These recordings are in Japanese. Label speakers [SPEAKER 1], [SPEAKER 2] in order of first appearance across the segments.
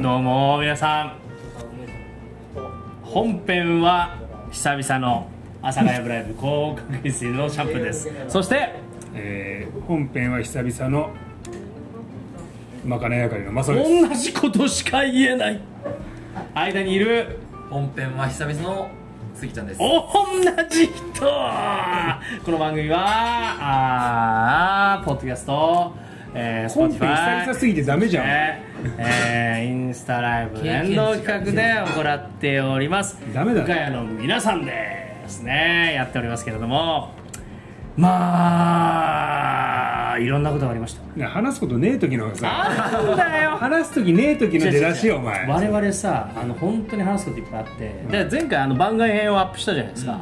[SPEAKER 1] どうも皆さん本編は久々の「朝ヶ谷ブライブ」高確率のシャンプーですそして
[SPEAKER 2] えー本編は久々のまかないあかりのマサです
[SPEAKER 1] 同じことしか言えない間にいる
[SPEAKER 3] 本編は久々の杉ちゃんです
[SPEAKER 1] 同じ人この番組はあーポッドキャスト、えー、
[SPEAKER 2] 本編
[SPEAKER 1] Spotify
[SPEAKER 2] 久々すぎてダメじゃん、
[SPEAKER 1] ねえー、インスタライブ連動企画で行っております
[SPEAKER 2] ダメだね
[SPEAKER 1] 深谷の皆さんですねやっておりますけれどもまあいろんなことがありました
[SPEAKER 2] ね話すことねえ時のさ
[SPEAKER 1] なんだよ
[SPEAKER 2] 話す時ねえ時の出だしよお前
[SPEAKER 1] 我々さあの本当に話すこといっぱいあって、で前回あの番外編をアップしたじゃないですか、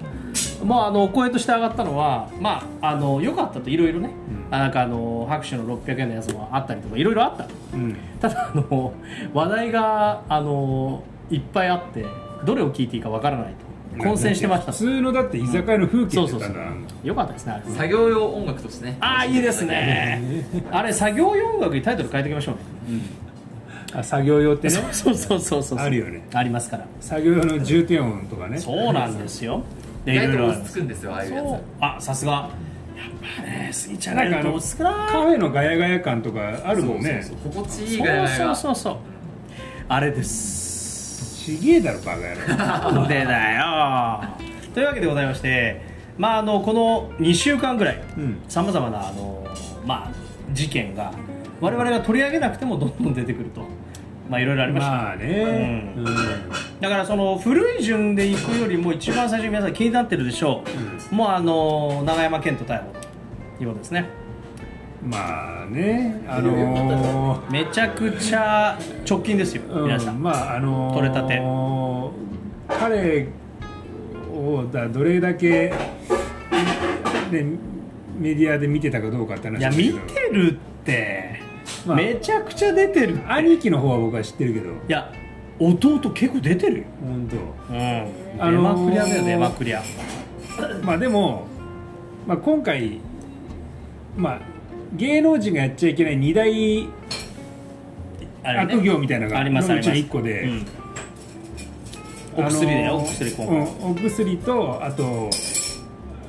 [SPEAKER 1] まああのお声として上がったのはまああの良かったといろいろね、あなんかあの拍手の600円のやつもあったりとかいろいろあった
[SPEAKER 2] うん、
[SPEAKER 1] ただあの話題があのいっぱいあってどれを聞いていいかわからないと混戦してました
[SPEAKER 2] 普通のだって居酒屋の風景
[SPEAKER 1] そう
[SPEAKER 2] だ
[SPEAKER 1] そ
[SPEAKER 2] っ
[SPEAKER 1] うそ
[SPEAKER 2] たん
[SPEAKER 1] う
[SPEAKER 2] だなんか
[SPEAKER 1] よかったですねあれ
[SPEAKER 3] 作業用音楽としてね
[SPEAKER 1] ああいいですねあれ作業用音楽にタイトル変えておきましょうね
[SPEAKER 2] あ作業用ってね
[SPEAKER 1] そうそうそうそう
[SPEAKER 2] あるよね
[SPEAKER 1] ありますから
[SPEAKER 2] 作業用の重点音とかね
[SPEAKER 1] そうなんですよで
[SPEAKER 3] 意外と
[SPEAKER 1] あ
[SPEAKER 3] 落
[SPEAKER 1] る
[SPEAKER 3] ち着くんですよああいうや
[SPEAKER 1] そうあさすがやっぱねスギちゃん
[SPEAKER 2] なんか
[SPEAKER 1] が
[SPEAKER 2] あ
[SPEAKER 1] ど
[SPEAKER 2] の
[SPEAKER 1] う
[SPEAKER 2] カ
[SPEAKER 1] す
[SPEAKER 2] フ
[SPEAKER 1] かな
[SPEAKER 2] ェのガヤガヤ感とかあるもんね
[SPEAKER 3] つ心地いい
[SPEAKER 1] そ
[SPEAKER 3] ぐらいうの
[SPEAKER 1] そう
[SPEAKER 3] が
[SPEAKER 1] そうそうあれです
[SPEAKER 2] ちげえだろバカ野 郎
[SPEAKER 1] なんでだよ というわけでございましてまああのこの2週間ぐらい
[SPEAKER 2] うん
[SPEAKER 1] さまざまなあの、まあ、事件が我々が取り上げなくてもどんどん出てくるとまあいろいろありました、
[SPEAKER 2] まあね、
[SPEAKER 1] う
[SPEAKER 2] うんん
[SPEAKER 1] だからその古い順で行くよりも一番最初に皆さん気になってるでしょう、もうあの永山絢斗逮捕ということですね
[SPEAKER 2] まあねあのー、
[SPEAKER 1] めちゃくちゃ直近ですよ、皆さん、
[SPEAKER 2] まああのー
[SPEAKER 1] 取れたて
[SPEAKER 2] 彼をだどれだけ、ね、メディアで見てたかどうかって話
[SPEAKER 1] いや
[SPEAKER 2] だ
[SPEAKER 1] 見
[SPEAKER 2] け
[SPEAKER 1] て
[SPEAKER 2] ど
[SPEAKER 1] るって、
[SPEAKER 2] まあ
[SPEAKER 1] めちゃくちゃ出てるい
[SPEAKER 2] 兄貴の方は僕は知ってるけど
[SPEAKER 1] や弟結構出てるよ
[SPEAKER 2] 本
[SPEAKER 1] うん、
[SPEAKER 2] あ
[SPEAKER 1] 出ま
[SPEAKER 2] のー
[SPEAKER 1] くりゃだよ出まくりゃ
[SPEAKER 2] 当まあでも、まあ、今回、まあ、芸能人がやっちゃいけない二大
[SPEAKER 1] あれね
[SPEAKER 2] 悪行みたいなのが
[SPEAKER 1] ありますあります
[SPEAKER 2] のうちの一個で
[SPEAKER 1] うんお薬だよ
[SPEAKER 2] あのー
[SPEAKER 1] お薬今
[SPEAKER 2] う
[SPEAKER 1] 回
[SPEAKER 2] んお薬とあと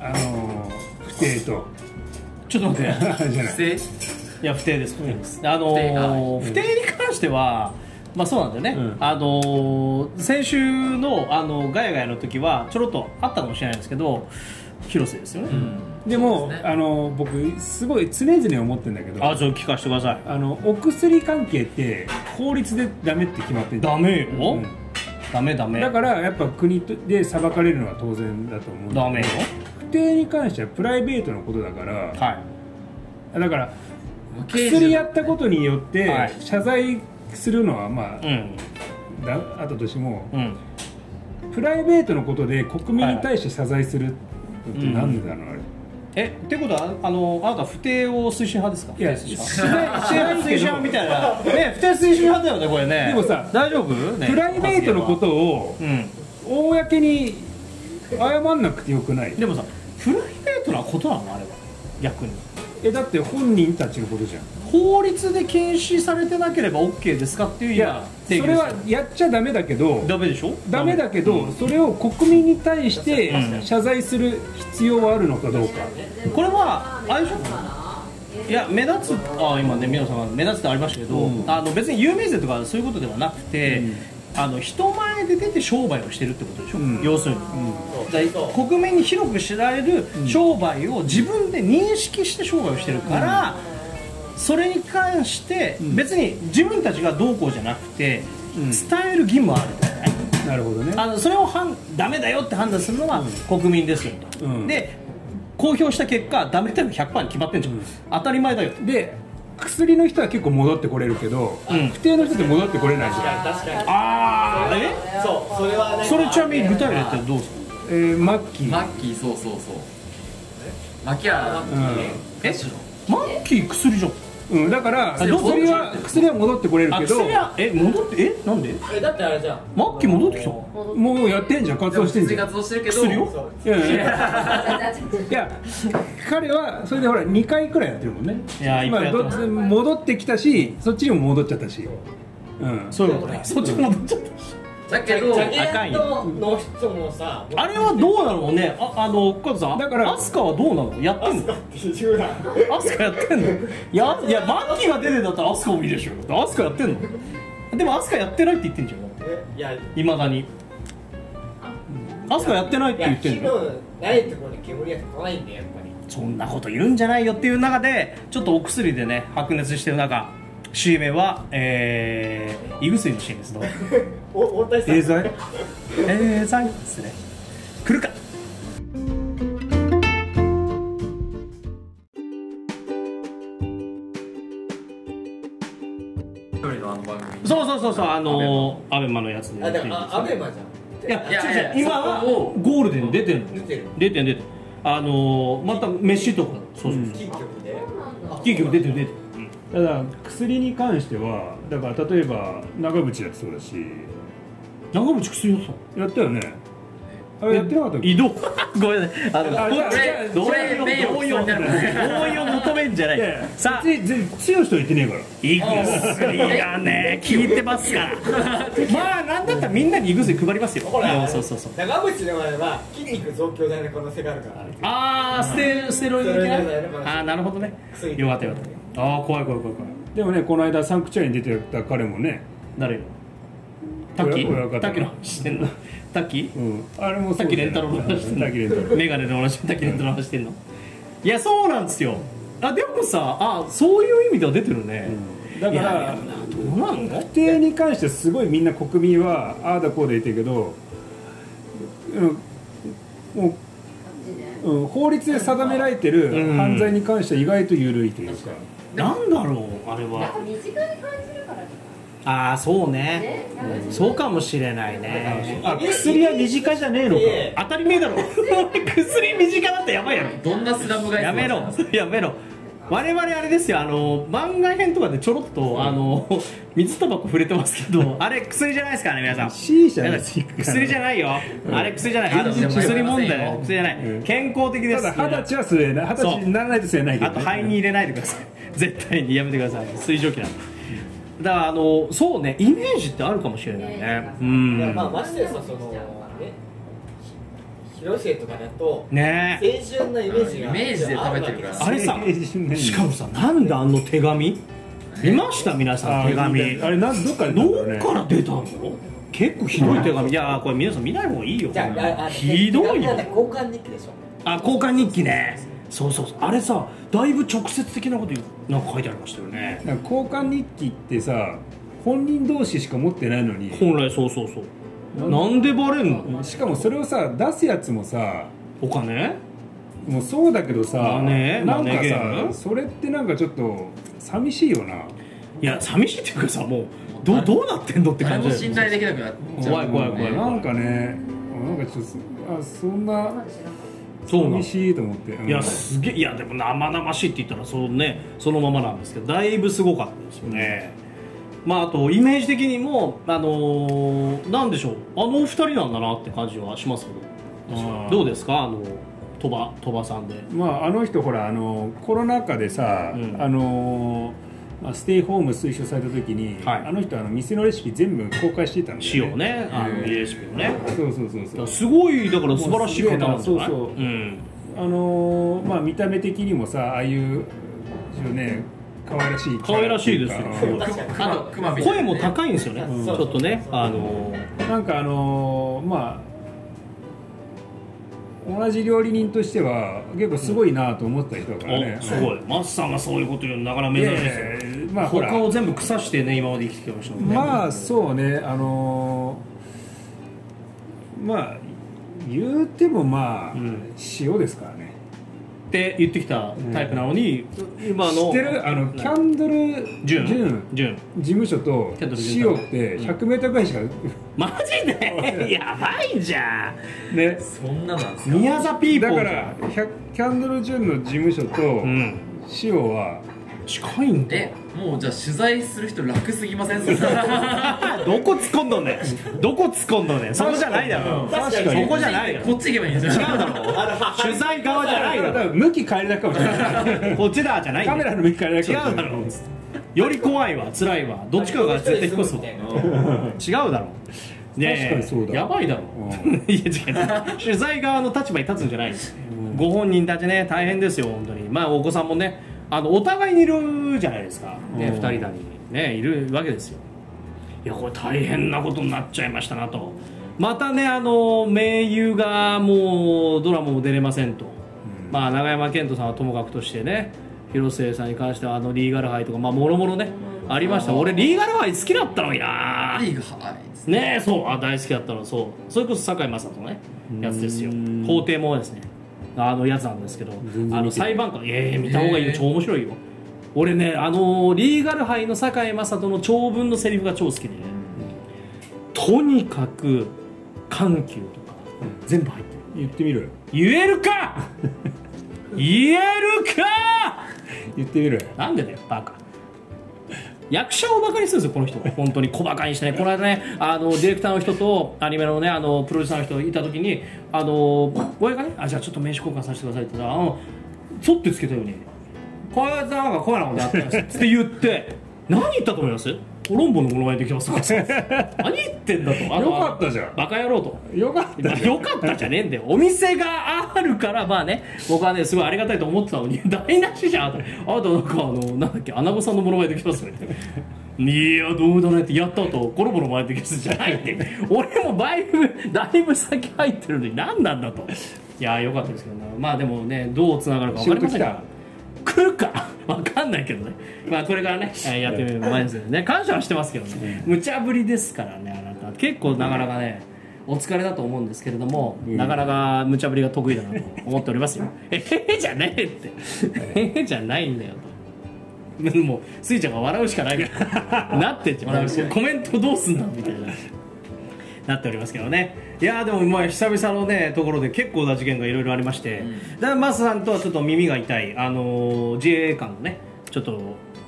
[SPEAKER 2] あのー不定と
[SPEAKER 1] ちょっと待って
[SPEAKER 2] じゃない
[SPEAKER 3] 不正
[SPEAKER 1] いや不定です不定ですあのー不
[SPEAKER 2] 不
[SPEAKER 1] 定
[SPEAKER 2] 定
[SPEAKER 1] に関してはまあそうなんだよね、
[SPEAKER 2] うん
[SPEAKER 1] あのー先週のあのガヤガヤの時はちょろっとあったかもしれないですけど広瀬ですよね、
[SPEAKER 3] うん
[SPEAKER 2] でも
[SPEAKER 3] そうですね
[SPEAKER 2] あの僕すごい常々思ってんだけど
[SPEAKER 1] あ
[SPEAKER 2] あ
[SPEAKER 1] ちょっと聞かせてください
[SPEAKER 2] のお薬関係って法律でダメって決まってる
[SPEAKER 1] ダメよ、
[SPEAKER 2] うん
[SPEAKER 1] ダメダメ
[SPEAKER 2] だからやっぱ国とで裁かれるのは当然だと思うんだけど
[SPEAKER 1] ダメよ
[SPEAKER 2] 不定に関してはプライベートのことだから
[SPEAKER 1] は
[SPEAKER 2] だから
[SPEAKER 3] 刑事
[SPEAKER 2] 薬やったことによって
[SPEAKER 1] はい
[SPEAKER 2] 謝罪するのはまあ
[SPEAKER 1] いうん
[SPEAKER 2] だあったとしても
[SPEAKER 1] うん
[SPEAKER 2] プライベートのことで国民に対して謝罪するのってなんでだろうあれ
[SPEAKER 1] えってことはあのあなた不定を推進派ですか
[SPEAKER 2] いや
[SPEAKER 1] 不定推進
[SPEAKER 2] し
[SPEAKER 1] 派
[SPEAKER 2] ないしない
[SPEAKER 1] 不定推進
[SPEAKER 2] んですけど
[SPEAKER 1] 派みたい なね不定推進派だよねこれね
[SPEAKER 2] でもさ
[SPEAKER 1] 大丈夫、ね、
[SPEAKER 2] プライベートのことを
[SPEAKER 1] うん
[SPEAKER 2] 公に謝んなくてよくない
[SPEAKER 1] でもさプライベートなことなのあれは逆に
[SPEAKER 2] えだって本人たちのことじゃん
[SPEAKER 1] 法律で禁止されてなければ OK ですかっていう
[SPEAKER 2] い
[SPEAKER 1] 今
[SPEAKER 2] やそ
[SPEAKER 1] 定義
[SPEAKER 2] れ
[SPEAKER 1] です
[SPEAKER 2] はやっちゃダメだけど
[SPEAKER 1] ダメでしょ
[SPEAKER 2] ダメだけど、それを国民に対して謝罪する必要はあるのかどうか、
[SPEAKER 1] これはあれでしょいや目立つあ今ね皆さんが目立つってありましたけど、
[SPEAKER 2] うん
[SPEAKER 1] あの別に有名税とかそういうことではなくて、
[SPEAKER 2] うん
[SPEAKER 1] あの人前で出て商売をしてるってことでしょ、
[SPEAKER 2] うん
[SPEAKER 1] 要するに、だから国民に広く知られる商売を自分で認識して商売をしてるから、それに関して
[SPEAKER 2] ん
[SPEAKER 1] 別に自分たちがどうこうじゃなくて、
[SPEAKER 2] うん
[SPEAKER 1] 伝える義務はあるじゃない
[SPEAKER 2] なるほどね
[SPEAKER 1] あのそれを判ダメだよって判断するのは国民ですよと、
[SPEAKER 2] うん
[SPEAKER 1] で公表した結果ダメだよ100%に決まってんじゃん、
[SPEAKER 2] うん
[SPEAKER 1] 当たり前だよと
[SPEAKER 2] で薬の人は結構戻ってこれるけど、
[SPEAKER 1] うん
[SPEAKER 2] 不定の人って戻ってこれないじゃん、
[SPEAKER 4] 確かに
[SPEAKER 1] ああえ
[SPEAKER 4] そうそれはね
[SPEAKER 1] それちなみに具体例ってどうですか
[SPEAKER 2] えー、末期
[SPEAKER 3] マッキーそうそうそうマキア
[SPEAKER 1] えマッキー薬じゃん
[SPEAKER 2] うん、うん、だから
[SPEAKER 1] どうぞ
[SPEAKER 2] 薬は薬は戻ってこれる
[SPEAKER 1] あ
[SPEAKER 2] けど
[SPEAKER 1] 薬はえ戻ってえなんで
[SPEAKER 4] えだってあれじゃん
[SPEAKER 1] マッキー戻ってきた
[SPEAKER 2] もうやってんじゃん活動してんじゃん
[SPEAKER 3] 活動してるけど
[SPEAKER 1] 薬
[SPEAKER 4] そ
[SPEAKER 1] を
[SPEAKER 4] う
[SPEAKER 2] いやいやいや彼はそれでほら2回くらいやってるもんね
[SPEAKER 1] いやいっぱいやってます
[SPEAKER 2] どっち戻ってきたしそっちにも戻っちゃったしうん
[SPEAKER 1] そういうことねそっち戻っちゃった
[SPEAKER 3] だ
[SPEAKER 4] け
[SPEAKER 3] け
[SPEAKER 4] ど
[SPEAKER 3] ど
[SPEAKER 4] ジ
[SPEAKER 1] け
[SPEAKER 4] ャケットの人もさ
[SPEAKER 1] あれはどうなのねああの加藤さん
[SPEAKER 2] だから
[SPEAKER 1] アスカはどうなのやってんの
[SPEAKER 4] 20だ
[SPEAKER 1] アスカやってんのやいやマッキーが出てんだったらアスカもいいでしょだってアスカやってんのでもアスカやってないって言ってんじゃん
[SPEAKER 4] いやい
[SPEAKER 1] いまだにアスカやってないって
[SPEAKER 4] や
[SPEAKER 1] 言って
[SPEAKER 4] 火
[SPEAKER 1] んの
[SPEAKER 4] のないところに煙は立たないんだよやっぱり
[SPEAKER 1] そんなこと言うんじゃないよっていう中でちょっとお薬でね白熱してる中 C 名は、えー、胃薬のシーンですどうぞ
[SPEAKER 4] お大谷さん
[SPEAKER 2] エーザイ
[SPEAKER 1] えー、残念ですね来るか
[SPEAKER 3] 一人のあの番組
[SPEAKER 1] そうそうそうそうあのー、アベマのやつで
[SPEAKER 4] あ
[SPEAKER 1] やっ
[SPEAKER 4] で
[SPEAKER 1] てる
[SPEAKER 4] も
[SPEAKER 1] んです
[SPEAKER 4] あアベマじゃん
[SPEAKER 1] いや
[SPEAKER 3] いや
[SPEAKER 1] 違う違
[SPEAKER 3] いや
[SPEAKER 1] う今は
[SPEAKER 3] そこを
[SPEAKER 1] ゴールデン出てるの
[SPEAKER 4] 出てる
[SPEAKER 1] 出てる出てるあのー、また飯とかそうそうそ
[SPEAKER 4] キー局で
[SPEAKER 1] う結局出てる出てる
[SPEAKER 2] ただ薬に関してはだから例えば長渕だってそうだし
[SPEAKER 1] 長渕薬やってたの
[SPEAKER 2] やったよねあれやってなかったっけ
[SPEAKER 1] 移動 ごめんなさいあの
[SPEAKER 2] あ
[SPEAKER 1] こっち
[SPEAKER 2] じゃあ
[SPEAKER 1] 同
[SPEAKER 3] じゃあ
[SPEAKER 1] 意を
[SPEAKER 3] 名誉
[SPEAKER 1] 同意を
[SPEAKER 3] それ
[SPEAKER 1] 同意を求めんじゃない
[SPEAKER 2] いやいや
[SPEAKER 1] さあ
[SPEAKER 2] ぜぜ強い人は言ってねえから
[SPEAKER 1] 胃薬がね効いてますから まあなんだったらみんなに胃薬配りますよ
[SPEAKER 4] ほら
[SPEAKER 1] そうそうそう
[SPEAKER 4] 長渕の場合は筋肉増強剤の可能性があるから
[SPEAKER 1] ああステステロイド的
[SPEAKER 4] ステロイド的
[SPEAKER 1] な
[SPEAKER 4] な
[SPEAKER 1] ああーなるほどね
[SPEAKER 4] 薬
[SPEAKER 1] よかったよかったああ怖い怖い怖い怖い
[SPEAKER 2] でもねこの間サンクチュアリに出てた彼もね、
[SPEAKER 1] 誰よタッキ
[SPEAKER 2] 親親
[SPEAKER 1] ー
[SPEAKER 2] 方
[SPEAKER 1] タッキーの話してんのタッキー
[SPEAKER 2] うん、あれも
[SPEAKER 1] タッキーレンタロウの話してんの
[SPEAKER 2] 滝レンタロウ
[SPEAKER 1] メガネの話タッキーレンタロウの話してんのいやそうなんですよあでもさあそういう意味では出てるね、
[SPEAKER 2] だ
[SPEAKER 1] い
[SPEAKER 2] か
[SPEAKER 1] や
[SPEAKER 2] ら
[SPEAKER 1] どうなの
[SPEAKER 2] 不定に関してすごいみんな国民はああだこうで言ってるけど、うん、もう、うん、法律で定められて
[SPEAKER 1] う
[SPEAKER 2] る
[SPEAKER 1] ん
[SPEAKER 2] 犯罪に関しては意外と緩いというか、
[SPEAKER 1] なんだろうあれ
[SPEAKER 5] なんか
[SPEAKER 1] は
[SPEAKER 5] 身近に感じるから
[SPEAKER 1] ああそう
[SPEAKER 5] ね
[SPEAKER 1] ね。
[SPEAKER 5] なんか
[SPEAKER 1] そうかもしれないね
[SPEAKER 2] あ薬は身近じゃねえのか
[SPEAKER 4] え
[SPEAKER 1] 当たり 前だろ薬身近だってやばいやろ
[SPEAKER 3] どんなスラム街
[SPEAKER 1] やめろやめろ我々あれですよあの番外編とかでちょろっと、あの水タバコ触れてますけ どあれ薬じゃないですからね皆さん
[SPEAKER 2] C じゃない
[SPEAKER 1] 皆さん薬じゃないよ、あれ薬じゃないあの
[SPEAKER 3] 全然違いますよ
[SPEAKER 1] 薬問題の薬じゃない、
[SPEAKER 2] うん
[SPEAKER 1] 健康的で
[SPEAKER 2] た
[SPEAKER 1] す
[SPEAKER 2] だ二十歳は吸えない二十歳にならないと吸えないけ
[SPEAKER 1] あ
[SPEAKER 2] ど、
[SPEAKER 1] と肺に入れないでください 絶対にやめてください水蒸気なんでだからあのそうねイメージってあるかもしれないねう
[SPEAKER 4] いや
[SPEAKER 1] ん
[SPEAKER 4] まあましてやさそのねひ広末とかだと
[SPEAKER 1] ねえ
[SPEAKER 4] 青春なイメージが
[SPEAKER 3] イメージで食べてるから
[SPEAKER 1] あれさ
[SPEAKER 2] 青春
[SPEAKER 1] しかもさなんであの手紙見ました皆さ
[SPEAKER 2] あ
[SPEAKER 1] ん手紙
[SPEAKER 2] あれなんどっかで出たんだ
[SPEAKER 1] ど
[SPEAKER 2] よね
[SPEAKER 1] っから出たの結構ひどい手紙いやーこれ皆さん見ない方がいいよ
[SPEAKER 4] じゃあああ
[SPEAKER 1] ひどい
[SPEAKER 4] だ
[SPEAKER 1] よ
[SPEAKER 4] って交換日記でしょ
[SPEAKER 1] あ交換日記ねそうそうそうあれさだいぶ直接的なこと言うなんか書いてありましたよね
[SPEAKER 2] なんか交換日記ってさ本人同士しか持ってないのに
[SPEAKER 1] 本来そうそうそうなんでバレんの
[SPEAKER 2] しかもそれをさ出すやつもさ
[SPEAKER 1] お金
[SPEAKER 2] もうそうだけど
[SPEAKER 1] マ
[SPEAKER 2] さ、
[SPEAKER 1] ネー
[SPEAKER 2] なん
[SPEAKER 1] マネーゲー
[SPEAKER 2] か
[SPEAKER 1] ム
[SPEAKER 2] さそれってなんかちょっと寂しいよない
[SPEAKER 1] や寂しいっていうかさもうどうどうなってんのって
[SPEAKER 3] 誰
[SPEAKER 1] 感
[SPEAKER 3] も
[SPEAKER 1] じだ
[SPEAKER 3] 信
[SPEAKER 1] よ
[SPEAKER 3] 頼できなくなっちゃう
[SPEAKER 1] 怖い怖い怖い
[SPEAKER 2] なんかねなんかちょっとあそんな
[SPEAKER 1] そうなの
[SPEAKER 2] 寂しいと思ってうん
[SPEAKER 1] いやすげえいやでも生々しいって言ったらそうねそのままなんですけどだいぶすごかったですよね、まああとイメージ的にもあのーなんでしょうあのお二人なんだなって感じはしますけ
[SPEAKER 2] あ
[SPEAKER 1] ど
[SPEAKER 2] ー
[SPEAKER 1] どうですかあの鳥羽鳥羽さんで
[SPEAKER 2] まああの人ほらあのコロナ禍でさ、
[SPEAKER 1] うん
[SPEAKER 2] あのまあステイホーム推奨された時に、
[SPEAKER 1] はい
[SPEAKER 2] あの人あの店のレシピ全部公開してたんだよ
[SPEAKER 1] 塩ねあのレシピをねだか
[SPEAKER 2] そうそうそうそう
[SPEAKER 1] らすごいだから素晴らしい方なんじゃない
[SPEAKER 2] もうすげ
[SPEAKER 1] ん
[SPEAKER 2] あのーまあ見た目的にもさああいう一応ね可愛らしいキャラってうか
[SPEAKER 1] 可愛らしいですよすごい
[SPEAKER 4] 確かに
[SPEAKER 3] あとクマみたい
[SPEAKER 1] 声も
[SPEAKER 3] なね
[SPEAKER 1] 高いんですよね、
[SPEAKER 4] うん
[SPEAKER 1] ちょっとねあのー
[SPEAKER 2] なんかあのーまあ同じ料理人としては結構すごいなと思った人だからね、
[SPEAKER 1] おすごいマスさんがそういうこと言うのなかなか
[SPEAKER 2] い
[SPEAKER 1] 珍し
[SPEAKER 2] や
[SPEAKER 1] いで
[SPEAKER 2] い
[SPEAKER 1] すよ、
[SPEAKER 2] やいやまあほら
[SPEAKER 1] 他を全部腐してね今まで生きてきましたもんね
[SPEAKER 2] まあそうねあのーまあ言うてもまあ、
[SPEAKER 1] うん
[SPEAKER 2] 塩ですからね
[SPEAKER 1] って言ってきたタイプなのに、今
[SPEAKER 2] 知
[SPEAKER 1] の
[SPEAKER 2] ってるあのキャンドル・
[SPEAKER 1] ジ
[SPEAKER 2] ジ
[SPEAKER 1] ュ
[SPEAKER 2] ュ
[SPEAKER 1] ン
[SPEAKER 2] ン
[SPEAKER 1] ジュン
[SPEAKER 2] 事務所と
[SPEAKER 1] キャンドルジュン
[SPEAKER 2] 塩って
[SPEAKER 1] うん
[SPEAKER 2] 100m ぐらいしか、
[SPEAKER 1] マジでやばいじゃん
[SPEAKER 2] ね
[SPEAKER 3] そんななんですか
[SPEAKER 1] 宮沢ピーポ
[SPEAKER 2] だ
[SPEAKER 1] ー
[SPEAKER 2] から100キャンドル・ジュンの事務所と
[SPEAKER 1] うん
[SPEAKER 2] 塩は、
[SPEAKER 1] 近いんだ
[SPEAKER 3] えもうじゃあ取材する人楽すぎません
[SPEAKER 1] どこ突っ込んどんねんどこ突っ込んどんねんそこじゃないだろ
[SPEAKER 4] 確か
[SPEAKER 1] そ
[SPEAKER 4] に
[SPEAKER 1] こじゃないよ
[SPEAKER 3] こっち行けばいいんですよ
[SPEAKER 1] 違うだろ
[SPEAKER 4] あの
[SPEAKER 1] 取材側じゃない
[SPEAKER 2] だか
[SPEAKER 1] だ
[SPEAKER 2] ら向き変えれたかもしれない
[SPEAKER 1] ろこっちだじゃないんだ
[SPEAKER 2] カメ
[SPEAKER 1] よ
[SPEAKER 2] ラの向き変えれ
[SPEAKER 1] 違
[SPEAKER 2] たかも
[SPEAKER 1] う
[SPEAKER 2] し
[SPEAKER 1] だ
[SPEAKER 2] れない
[SPEAKER 1] ろより怖いわ辛いわどっちかが絶対引っ越すわ
[SPEAKER 4] みたいな
[SPEAKER 1] 違うだろうねえ
[SPEAKER 2] 確かにそうだ
[SPEAKER 1] やばいだろう、
[SPEAKER 2] う
[SPEAKER 1] いや違う違う取材側の立場に立つんじゃない、ご本人たちね大変ですよ本当にまあお子さんもねあのお互いにいるじゃないですか、ね、
[SPEAKER 2] うん
[SPEAKER 1] 2人なりにねいるわけですよいやこれ大変なことになっちゃいましたなとまたねあの盟友がもうドラマも出れませんと、まあ永山絢斗さんはともかくとしてね広末さんに関してはあのリーガルハイとかまあもろもろねありました俺リーガルハイ好きだったのにな
[SPEAKER 3] リーグハイです
[SPEAKER 1] ねえそうあ大好きだったのそうそれこそ堺雅人のねやつですよ
[SPEAKER 2] うん
[SPEAKER 1] 法廷もですねあのやつなんですけど
[SPEAKER 2] 全然見てない
[SPEAKER 1] あの裁判官ええ見た方がいいよ、
[SPEAKER 3] ええ
[SPEAKER 1] 超面白いよ俺ねあのリーガルハイの堺雅人の長文のセリフが超好きで、とにかく緩急とか全部入ってる
[SPEAKER 2] 言ってみろよ
[SPEAKER 1] 言えるか 言えるか
[SPEAKER 2] 言ってみろよ
[SPEAKER 1] なんでだよバカ役者をバカにするんですよこの人本当に小バカにしてねこの間ねあのディレクターの人とアニメのねあのプロデューサーの人いた時にあの親がねあ「じゃあちょっと名刺交換させてください」って言ったら「あのそってつけたようにこいつなんかこういうようなことやってます」って言って何言ったと思いますロンボのものまねできますとか何言ってんだとあの
[SPEAKER 2] よかったじゃん
[SPEAKER 1] バカ野郎と
[SPEAKER 2] よかった
[SPEAKER 1] よかったじゃねえんだよお店があるからまあね僕はねすごいありがたいと思ってたのに 台無しじゃんあなたあなたなんかあのなんだっけアナゴさんのものまねできますねいやどうだねってやった後ゴロゴロ前できますじゃないって俺もだいぶだいぶ先入ってるのに何なんだといやよかったですけどなまあでもねどうつながるか分かりませんから来るか わかんないけどねまあこれからねえーやってみる前ですけどね感謝はしてますけどね無茶ぶりですからねあなた結構なかなかねお疲れだと思うんですけれども、
[SPEAKER 2] うん
[SPEAKER 1] なかなか無茶ぶりが得意だなと思っておりますよ ええじゃねえってええじゃないんだよともうスイちゃんが笑うしかないから なってっちゃ
[SPEAKER 3] 笑
[SPEAKER 1] う
[SPEAKER 3] うしかない
[SPEAKER 1] コメントどうすんだみたいななっておりますけどねいやーでもまあ久々のねところで結構な事件がいろいろありまして、だからマスさんとはちょっと耳が痛いあのー自衛官のねちょっと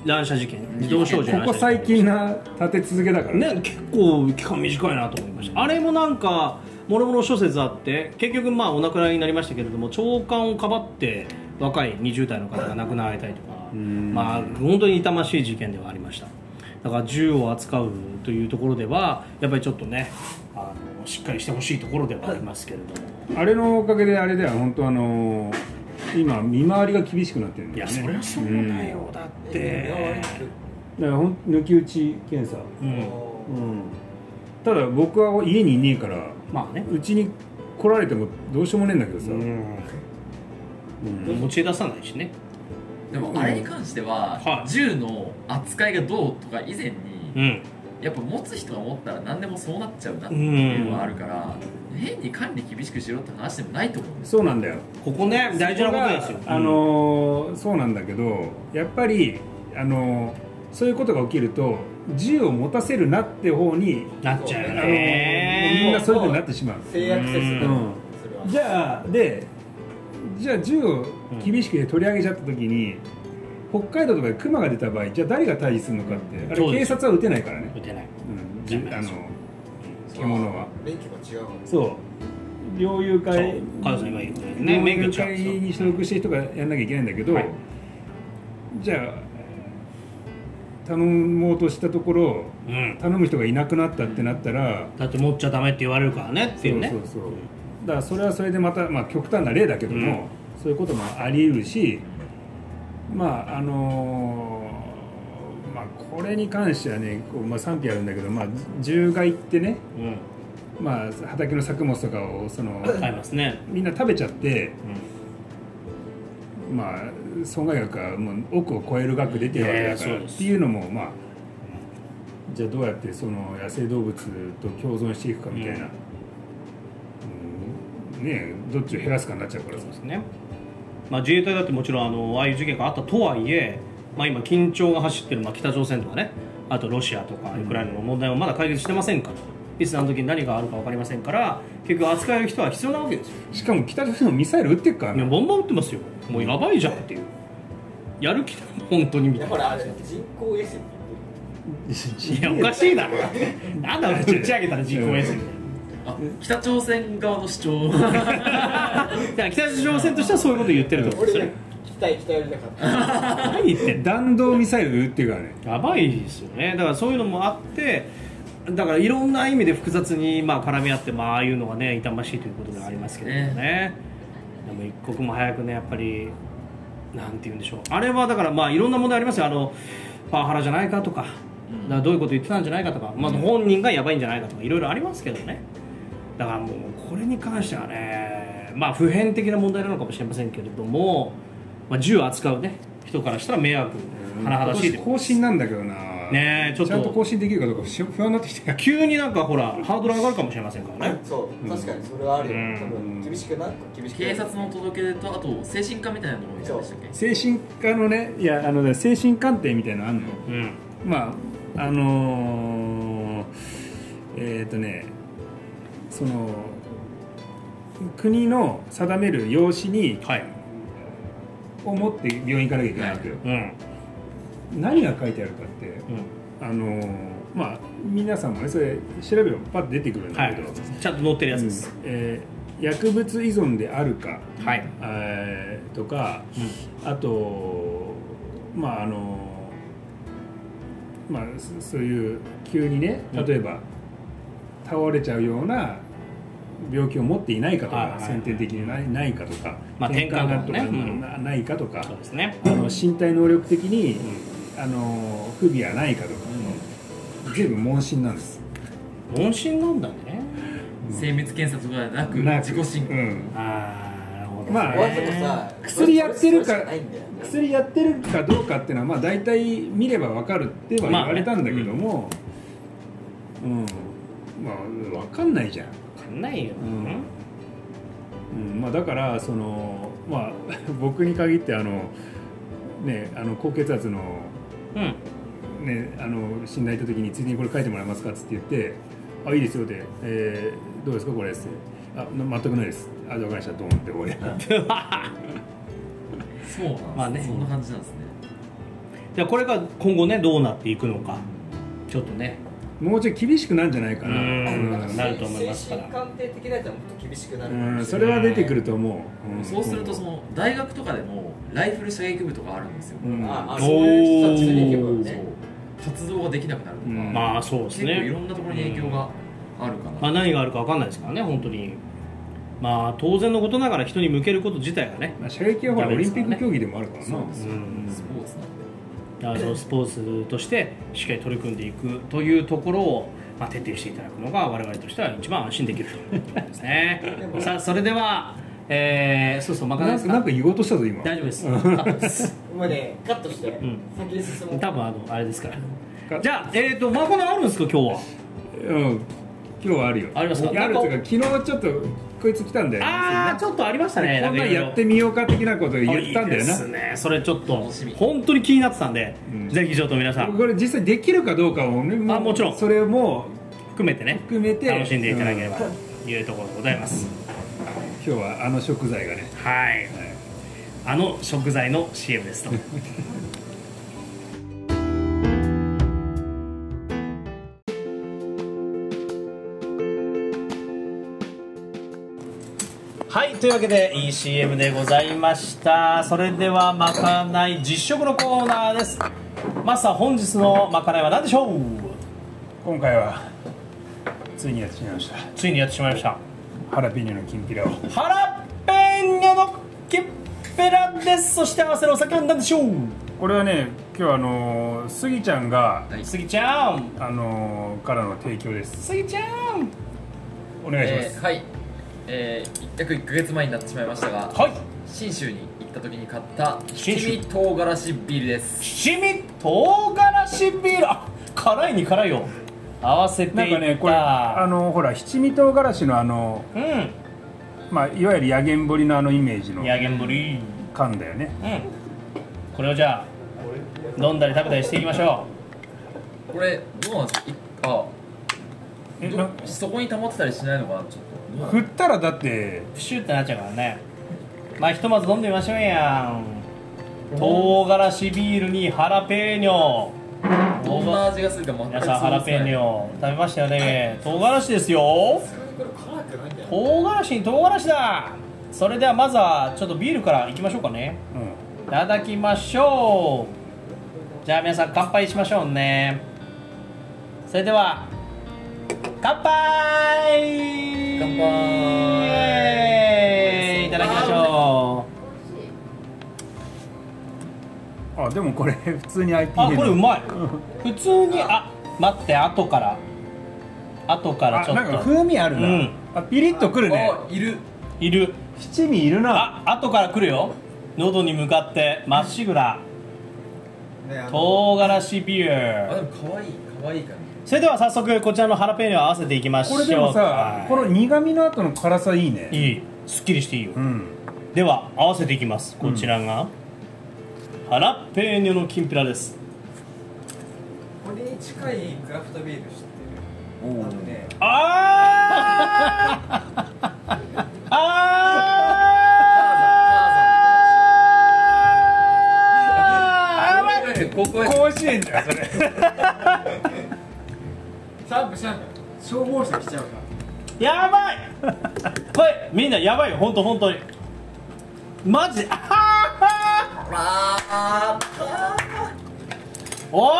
[SPEAKER 1] 乱射事件自動小銃
[SPEAKER 2] こ
[SPEAKER 1] 乱射事件
[SPEAKER 2] こ最近な立て続けだから
[SPEAKER 1] ね結構期間短いなと思いましたあれもなんかもろもろ諸説あって結局まあお亡くなりになりましたけれども長官をかばって若い20代の方が亡くなられたりとか
[SPEAKER 2] ん
[SPEAKER 1] まあ本当に痛ましい事件ではありましただから銃を扱うというところではやっぱりちょっとねあのしっかりしてほしいところではありますけれども
[SPEAKER 2] あれのおかげであれだよ本当あのー今見回りが厳しくなってるん
[SPEAKER 1] い
[SPEAKER 2] だよ
[SPEAKER 1] や
[SPEAKER 2] ね
[SPEAKER 1] そりゃそうだよだって
[SPEAKER 2] だからほん抜き打ち検査
[SPEAKER 1] うん
[SPEAKER 2] うんただ僕は家にいねえから
[SPEAKER 1] まあね
[SPEAKER 2] うちに来られてもどうしようもねえんだけどさ、うん
[SPEAKER 1] 持ち出さないしね
[SPEAKER 3] でもあれに関しては、
[SPEAKER 1] はい
[SPEAKER 3] 銃の扱いがどうとか以前に、
[SPEAKER 1] うん
[SPEAKER 3] やっぱ持つ人が持ったら何でもそうなっちゃうなっていうのはあるから、変に管理厳しくしろって話でもないと思うんですよ
[SPEAKER 2] そうなんだよ
[SPEAKER 1] ここね大事なことですよ
[SPEAKER 2] あのーそうなんだけどやっぱりあのーそういうことが起きると銃を持たせるなって方に
[SPEAKER 1] なっちゃう
[SPEAKER 2] あ
[SPEAKER 1] よ
[SPEAKER 2] の
[SPEAKER 1] ね
[SPEAKER 2] ーみんなそういうふうになってしまう
[SPEAKER 4] 制約です
[SPEAKER 1] う
[SPEAKER 4] る
[SPEAKER 2] ん
[SPEAKER 4] それは
[SPEAKER 2] じゃあでじゃあ銃を厳しくで取り上げちゃった時に、北海道とかで熊が出た場合じゃあ誰が対峙するのかってあ
[SPEAKER 1] そう
[SPEAKER 2] れ
[SPEAKER 1] です
[SPEAKER 2] 警察は撃てないからね、
[SPEAKER 1] 打てない
[SPEAKER 2] うんじゅあの獣は
[SPEAKER 4] 免許が違うもんね
[SPEAKER 2] そう猟友
[SPEAKER 1] そう
[SPEAKER 2] 会
[SPEAKER 1] カズさん今言うようにね
[SPEAKER 2] ね、
[SPEAKER 1] 免
[SPEAKER 2] 免
[SPEAKER 1] 許
[SPEAKER 2] 許
[SPEAKER 1] ちゃう
[SPEAKER 2] 会に所属してる人がやんなきゃいけないんだけど、
[SPEAKER 1] はい
[SPEAKER 2] じゃあ頼もうとしたところ
[SPEAKER 1] うん
[SPEAKER 2] 頼む人がいなくなったってなったら、
[SPEAKER 1] だって持っちゃダメって言われるからねっていうね
[SPEAKER 2] そうそうそうだからそれはそれでまた、まあ、極端な例だけども、そういうこともあり得るしまああのーまあこれに関してはねこう、まあ、賛否あるんだけど、まあ、獣害ってね、
[SPEAKER 1] うん
[SPEAKER 2] まあ、畑の作物とかをその
[SPEAKER 1] 買いますね
[SPEAKER 2] みんな食べちゃって。
[SPEAKER 1] うん
[SPEAKER 2] まあ、損害額はもう億を超える額出てるわけだか
[SPEAKER 1] ええそ
[SPEAKER 2] ら、
[SPEAKER 1] うです
[SPEAKER 2] っていうのもまあじゃあどうやってその野生動物と共存していくかみたいな、うんねえどっちを減らすかになっちゃうからさ
[SPEAKER 1] そうですね、まあ、自衛隊だってもちろんあのああいう事件があったとはいえ、まあ、今緊張が走ってる、まあ、北朝鮮とかねあとロシアとかウクライナの問題もまだ解決してませんから、いつ何時に何があるか分かりませんから結局扱える人は必要なわけですよ
[SPEAKER 2] しかも北朝鮮もミサイル撃ってるから
[SPEAKER 1] いや
[SPEAKER 2] ね
[SPEAKER 1] ボンボン撃ってますよもうやばいじゃんっていうやる気だ本当にみた
[SPEAKER 4] だ
[SPEAKER 1] い
[SPEAKER 4] か
[SPEAKER 1] な
[SPEAKER 4] らあれ人工衛星って
[SPEAKER 1] いやおかしいだろなんだ俺打ち上げたら人工衛星みたいな
[SPEAKER 3] あ北朝鮮側の主張
[SPEAKER 1] だから北朝鮮としてはそういうことを言ってると思うんですよね
[SPEAKER 4] 俺たい行きたいよりなかった
[SPEAKER 1] 何言ってんの
[SPEAKER 2] 弾道ミサイル撃ってるからね
[SPEAKER 1] やばいですよねだからそういうのもあってだからいろんな意味で複雑にまあ絡み合って、まあああいうのがね痛ましいということではありますけれどもねでも一刻も早くねやっぱりなんて言うんでしょうあれはだからまあいろんな問題ありますよあのパワハラじゃないかとかだからどういうこと言ってたんじゃないかとか、まあ、本人がやばいんじゃないかとかいろいろありますけどねだからもうこれに関してはねまあ普遍的な問題なのかもしれませんけれども、まあ、銃を扱うね人からしたら迷惑甚だしいというか
[SPEAKER 2] 更新なんだけどな
[SPEAKER 1] ねえちょっと
[SPEAKER 2] ゃんと更新できるかどうかし不安になってきた
[SPEAKER 1] 急になんかほらハードル上がるかもしれませんからね
[SPEAKER 4] そう確かにそれはあるよ、
[SPEAKER 1] うん
[SPEAKER 4] 多分厳しくな厳しくな
[SPEAKER 3] 警察の届け出とあと精神科みたいなのもいたんでしたっけ
[SPEAKER 2] 精神科のねいやあのね精神鑑定みたいなのあんのよ
[SPEAKER 1] うん
[SPEAKER 2] まああのーえっ、とねその国の定める養子に
[SPEAKER 1] はい
[SPEAKER 2] を持って病院行かなきゃいけないわけよ、
[SPEAKER 1] うん
[SPEAKER 2] 何が書いてあるかってあのーまあ皆さんもねそれ調べればパッと出てくるん
[SPEAKER 1] は
[SPEAKER 2] だけど、
[SPEAKER 1] いちゃんと載ってるやつです、
[SPEAKER 2] うんえー薬物依存であるか、
[SPEAKER 1] はい
[SPEAKER 2] えーとか、あとまああのまあそそういう急にね
[SPEAKER 1] うん
[SPEAKER 2] 例えば、倒れちゃうような病気を持っていないかと
[SPEAKER 1] はいは
[SPEAKER 2] か
[SPEAKER 1] い
[SPEAKER 2] 先天的にないないかとか、
[SPEAKER 1] まあ
[SPEAKER 2] 転換がと
[SPEAKER 1] 転換
[SPEAKER 2] か、
[SPEAKER 1] がねうん
[SPEAKER 2] なないかとか
[SPEAKER 1] そう、ですね
[SPEAKER 2] あの身体能力的に、あの不備はないかとか、全部問診なんです。
[SPEAKER 1] 問診なんだね
[SPEAKER 3] 精密検査とかでなく
[SPEAKER 2] なく
[SPEAKER 3] 自己診
[SPEAKER 2] う
[SPEAKER 3] 断、
[SPEAKER 2] ん
[SPEAKER 1] ああなるほど
[SPEAKER 2] まあ
[SPEAKER 4] 終わったとさ
[SPEAKER 2] 薬やってるか
[SPEAKER 4] それしないんだよ
[SPEAKER 2] 薬やってるかどうかっていうのはまあ大体見ればわかるっては言われたんだけども、うんまあわかんないじゃん、
[SPEAKER 1] わかんないよ、
[SPEAKER 2] うんうんまあ、だからそのまあ 僕に限ってあのねあの高血圧の
[SPEAKER 1] うん
[SPEAKER 2] ねあの診断行った時についでにこれ書いてもらえますかっつって言って「あいいですよ」って、えーどうですかこれ」っつって「あな全くないです」あ「じゃあわかりました」ドンって終わり
[SPEAKER 3] そうなんです、
[SPEAKER 1] まあね
[SPEAKER 3] そんな感じなんですね
[SPEAKER 1] じゃあこれが今後ねどうなっていくのかちょっとね
[SPEAKER 2] もうちょい厳しくなんじゃないかな、
[SPEAKER 1] うん
[SPEAKER 2] うん
[SPEAKER 1] なると思いますから
[SPEAKER 4] 精神鑑定的なやつはもっと厳しくなるか
[SPEAKER 2] う
[SPEAKER 4] も
[SPEAKER 2] ん、
[SPEAKER 4] し
[SPEAKER 2] そ
[SPEAKER 4] れ
[SPEAKER 2] れ
[SPEAKER 4] ない
[SPEAKER 2] は出てくると思う、ん
[SPEAKER 3] そうするとその大学とかでもライフル射撃部とかあるんですよ、
[SPEAKER 2] うん
[SPEAKER 4] ああそういう人たちに行けば
[SPEAKER 1] おー
[SPEAKER 3] そう
[SPEAKER 4] ね
[SPEAKER 3] 活動ができなくなるとか、
[SPEAKER 2] うん
[SPEAKER 1] まあそうです
[SPEAKER 3] 結構いろ
[SPEAKER 1] ね、
[SPEAKER 3] んなところに影響があるか
[SPEAKER 1] ま
[SPEAKER 3] な、
[SPEAKER 1] あ、何があるかわかんないですからね本当にまあ当然のことながら人に向けること自体がね
[SPEAKER 2] まあ、射撃はほらオリンピック競技でもあるからな
[SPEAKER 3] そうですよ、
[SPEAKER 1] うん
[SPEAKER 3] スポーツなんで
[SPEAKER 1] だからそのスポーツとしてしっかり取り組んでいくというところを、まあ、徹底していただくのが我々としては一番安心できるということです ね
[SPEAKER 4] でも
[SPEAKER 1] さあそれでは、えー、そうそうまかない
[SPEAKER 2] な
[SPEAKER 1] で
[SPEAKER 2] ん
[SPEAKER 1] すか
[SPEAKER 2] かなんか言おうとしたぞ今
[SPEAKER 1] 大丈夫です
[SPEAKER 4] お前ねカットして、
[SPEAKER 1] ん
[SPEAKER 4] 先に進もう
[SPEAKER 1] 多分あのあれですから
[SPEAKER 2] か
[SPEAKER 1] じゃあえっ、ー、とまかないあるんですか今日は
[SPEAKER 2] うん今日はあるよ
[SPEAKER 1] ありますか
[SPEAKER 2] いやあるっていうか昨日ちょっとこいつ来たんだよ
[SPEAKER 1] ああちょっとありましたね
[SPEAKER 2] こんなんやってみようか的なことを言ったん
[SPEAKER 1] あいい
[SPEAKER 2] だよ
[SPEAKER 1] です
[SPEAKER 2] な
[SPEAKER 1] ねそれちょっと
[SPEAKER 3] 楽しみ
[SPEAKER 1] 本当に気になってたんで、
[SPEAKER 2] うん
[SPEAKER 1] ぜひちょっと皆さん
[SPEAKER 2] これ実際できるかどうかをね
[SPEAKER 1] あもちろん
[SPEAKER 2] それも
[SPEAKER 1] 含めてね
[SPEAKER 2] 含めて
[SPEAKER 1] 楽しんでいただければ
[SPEAKER 2] うん
[SPEAKER 1] というところでございます、
[SPEAKER 2] 今日はあの食材がね
[SPEAKER 1] はい、あの食材の CM ですと はいというわけでいい CM でございましたそれではまかない実食のコーナーですマスター本日のまかないは何でしょう
[SPEAKER 2] 今回はついにやってしまいました
[SPEAKER 1] ついにやってしまいました
[SPEAKER 2] ハラペーニョのきんぴらを
[SPEAKER 1] ハラペーニョのきっぺらですそして合わせるお酒は何でしょう
[SPEAKER 2] これはね今日あのスギちゃんが
[SPEAKER 1] スギちゃん
[SPEAKER 2] あのからの提供です
[SPEAKER 1] スギちゃん
[SPEAKER 2] お願いします、
[SPEAKER 3] えーはい、えー約1ヶ月前になってしまいましたが
[SPEAKER 1] はい
[SPEAKER 3] 信州に行った時に買った
[SPEAKER 1] 信
[SPEAKER 3] 七
[SPEAKER 1] 州
[SPEAKER 3] 味唐辛子ビールです
[SPEAKER 1] 七味唐辛子ビールあ辛いに辛いよ合わせていった
[SPEAKER 2] なんかねこれあのほら七味唐辛子のあの、まあ、いわゆる野源ぶりのあのイメージ
[SPEAKER 1] う
[SPEAKER 2] の
[SPEAKER 1] んヤゲンブリ
[SPEAKER 2] 缶だよね
[SPEAKER 1] うんこれをじゃあ飲んだり食べたりしていきましょ
[SPEAKER 3] これどうなんですかいあ
[SPEAKER 2] え
[SPEAKER 3] ど
[SPEAKER 2] な
[SPEAKER 3] そこに溜まってたりしないのかなちょっと
[SPEAKER 2] 振ったらだって
[SPEAKER 1] うプシューってなっちゃうからねまあひとまず飲んでみましょうやん唐辛子ビールにハラペーニョ
[SPEAKER 3] どんな味がするか全く
[SPEAKER 1] 皆さんハラペーニ
[SPEAKER 3] を
[SPEAKER 1] ョ食べましたよね唐辛子ですよ
[SPEAKER 4] これ辛くないんだよ
[SPEAKER 1] 唐辛子に唐辛子だそれではまずはちょっとビールからいきましょうかね
[SPEAKER 2] う
[SPEAKER 1] いただきましょうじゃあ皆さん乾杯しましょうねそれでは乾杯
[SPEAKER 3] 乾杯
[SPEAKER 1] イエーイいただきましょう
[SPEAKER 2] あでもこれ 普通に IPA
[SPEAKER 1] あこれうまい
[SPEAKER 2] ん
[SPEAKER 1] 普通にあ待って後から後からち
[SPEAKER 2] あ
[SPEAKER 1] ょ
[SPEAKER 2] なんか
[SPEAKER 1] っと
[SPEAKER 2] 風味あるな、
[SPEAKER 1] うん
[SPEAKER 2] あピリッとくるね
[SPEAKER 3] あいる
[SPEAKER 1] いる
[SPEAKER 2] 七味いるな
[SPEAKER 1] あ後から来るよ喉に向かってまっしぐら
[SPEAKER 5] ねあの
[SPEAKER 1] 唐辛子ビュ
[SPEAKER 3] あ
[SPEAKER 1] ー
[SPEAKER 3] でも可愛い可愛い感
[SPEAKER 1] それでは早速こちらのハラペーニョを合わせていきましょう
[SPEAKER 2] これでも
[SPEAKER 1] は
[SPEAKER 2] さ
[SPEAKER 1] い
[SPEAKER 2] この苦味の後の辛さいいね
[SPEAKER 1] いいすっきりしていいよ、
[SPEAKER 2] うん
[SPEAKER 1] では合わせていきますこちらが、ハラペーニョのきんぴらです
[SPEAKER 5] これに近いクラフトビール知って
[SPEAKER 3] お
[SPEAKER 5] る
[SPEAKER 3] ー
[SPEAKER 5] あのね
[SPEAKER 1] あーあー
[SPEAKER 3] じなんかここへ
[SPEAKER 2] 甲子園だよそれ
[SPEAKER 5] シャンプシャンプ消防車来ちゃうから
[SPEAKER 1] やばいこれみんなやばいよ本当本当にマジであは
[SPEAKER 3] あ
[SPEAKER 1] ーおーい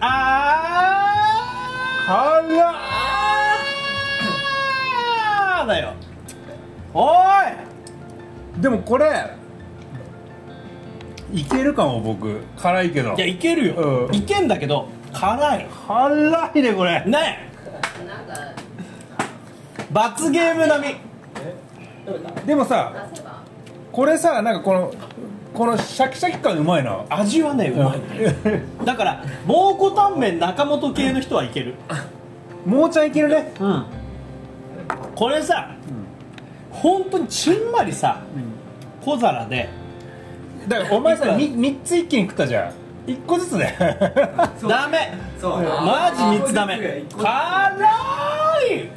[SPEAKER 1] あ
[SPEAKER 2] 辛っ
[SPEAKER 1] ーだよおーい
[SPEAKER 2] でもこれいけるかも僕辛いけど
[SPEAKER 1] いやいけるよ、
[SPEAKER 2] うん
[SPEAKER 1] いけんだけど辛い
[SPEAKER 2] 辛いねこれ
[SPEAKER 1] ねえ罰ゲーム並み
[SPEAKER 2] でもさこれさなんかこのこのシャキシャキ感うまいな
[SPEAKER 1] 味はねうまいね、だから蒙古タンメン中本系の人はいける
[SPEAKER 2] もうちゃんいけるね
[SPEAKER 1] うんこれさ、本当にちんまりさ、小皿で
[SPEAKER 2] だからお前さ
[SPEAKER 1] いくら
[SPEAKER 2] 3つ一気に食ったじゃん1個ずつね
[SPEAKER 5] そう
[SPEAKER 1] ダメ
[SPEAKER 5] そう
[SPEAKER 1] マジ3つダメ辛い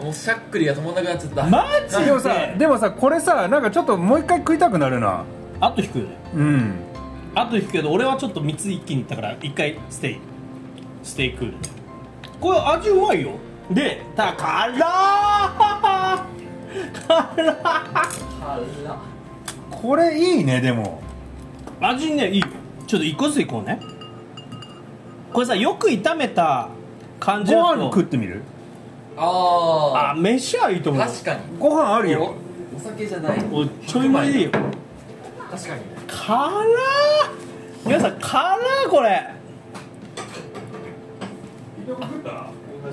[SPEAKER 3] ーもうしゃっくりが止まんなくなっちゃった
[SPEAKER 1] マジで
[SPEAKER 2] でもさでもさこれさなんかちょっともう一回食いたくなるな
[SPEAKER 1] あと引くよね
[SPEAKER 2] うん
[SPEAKER 1] あと引くけど俺はちょっと3つ一気にいったから1回ステイステイクールこれ味うまいよでただ辛い辛い
[SPEAKER 2] これいいねでも
[SPEAKER 1] 味ねいいよちょっと1個ずついこうねこれさよく炒めた感じ
[SPEAKER 2] ご
[SPEAKER 1] だ
[SPEAKER 2] 飯
[SPEAKER 1] と
[SPEAKER 2] 食ってみる
[SPEAKER 1] あ
[SPEAKER 3] あ
[SPEAKER 1] 飯はいいと
[SPEAKER 3] ー
[SPEAKER 1] 思う
[SPEAKER 3] 確かに
[SPEAKER 2] ご飯あるよ
[SPEAKER 3] お酒じゃない
[SPEAKER 1] おちょい前でいいよ
[SPEAKER 3] 確かに
[SPEAKER 1] 辛ー皆さん辛ーこれ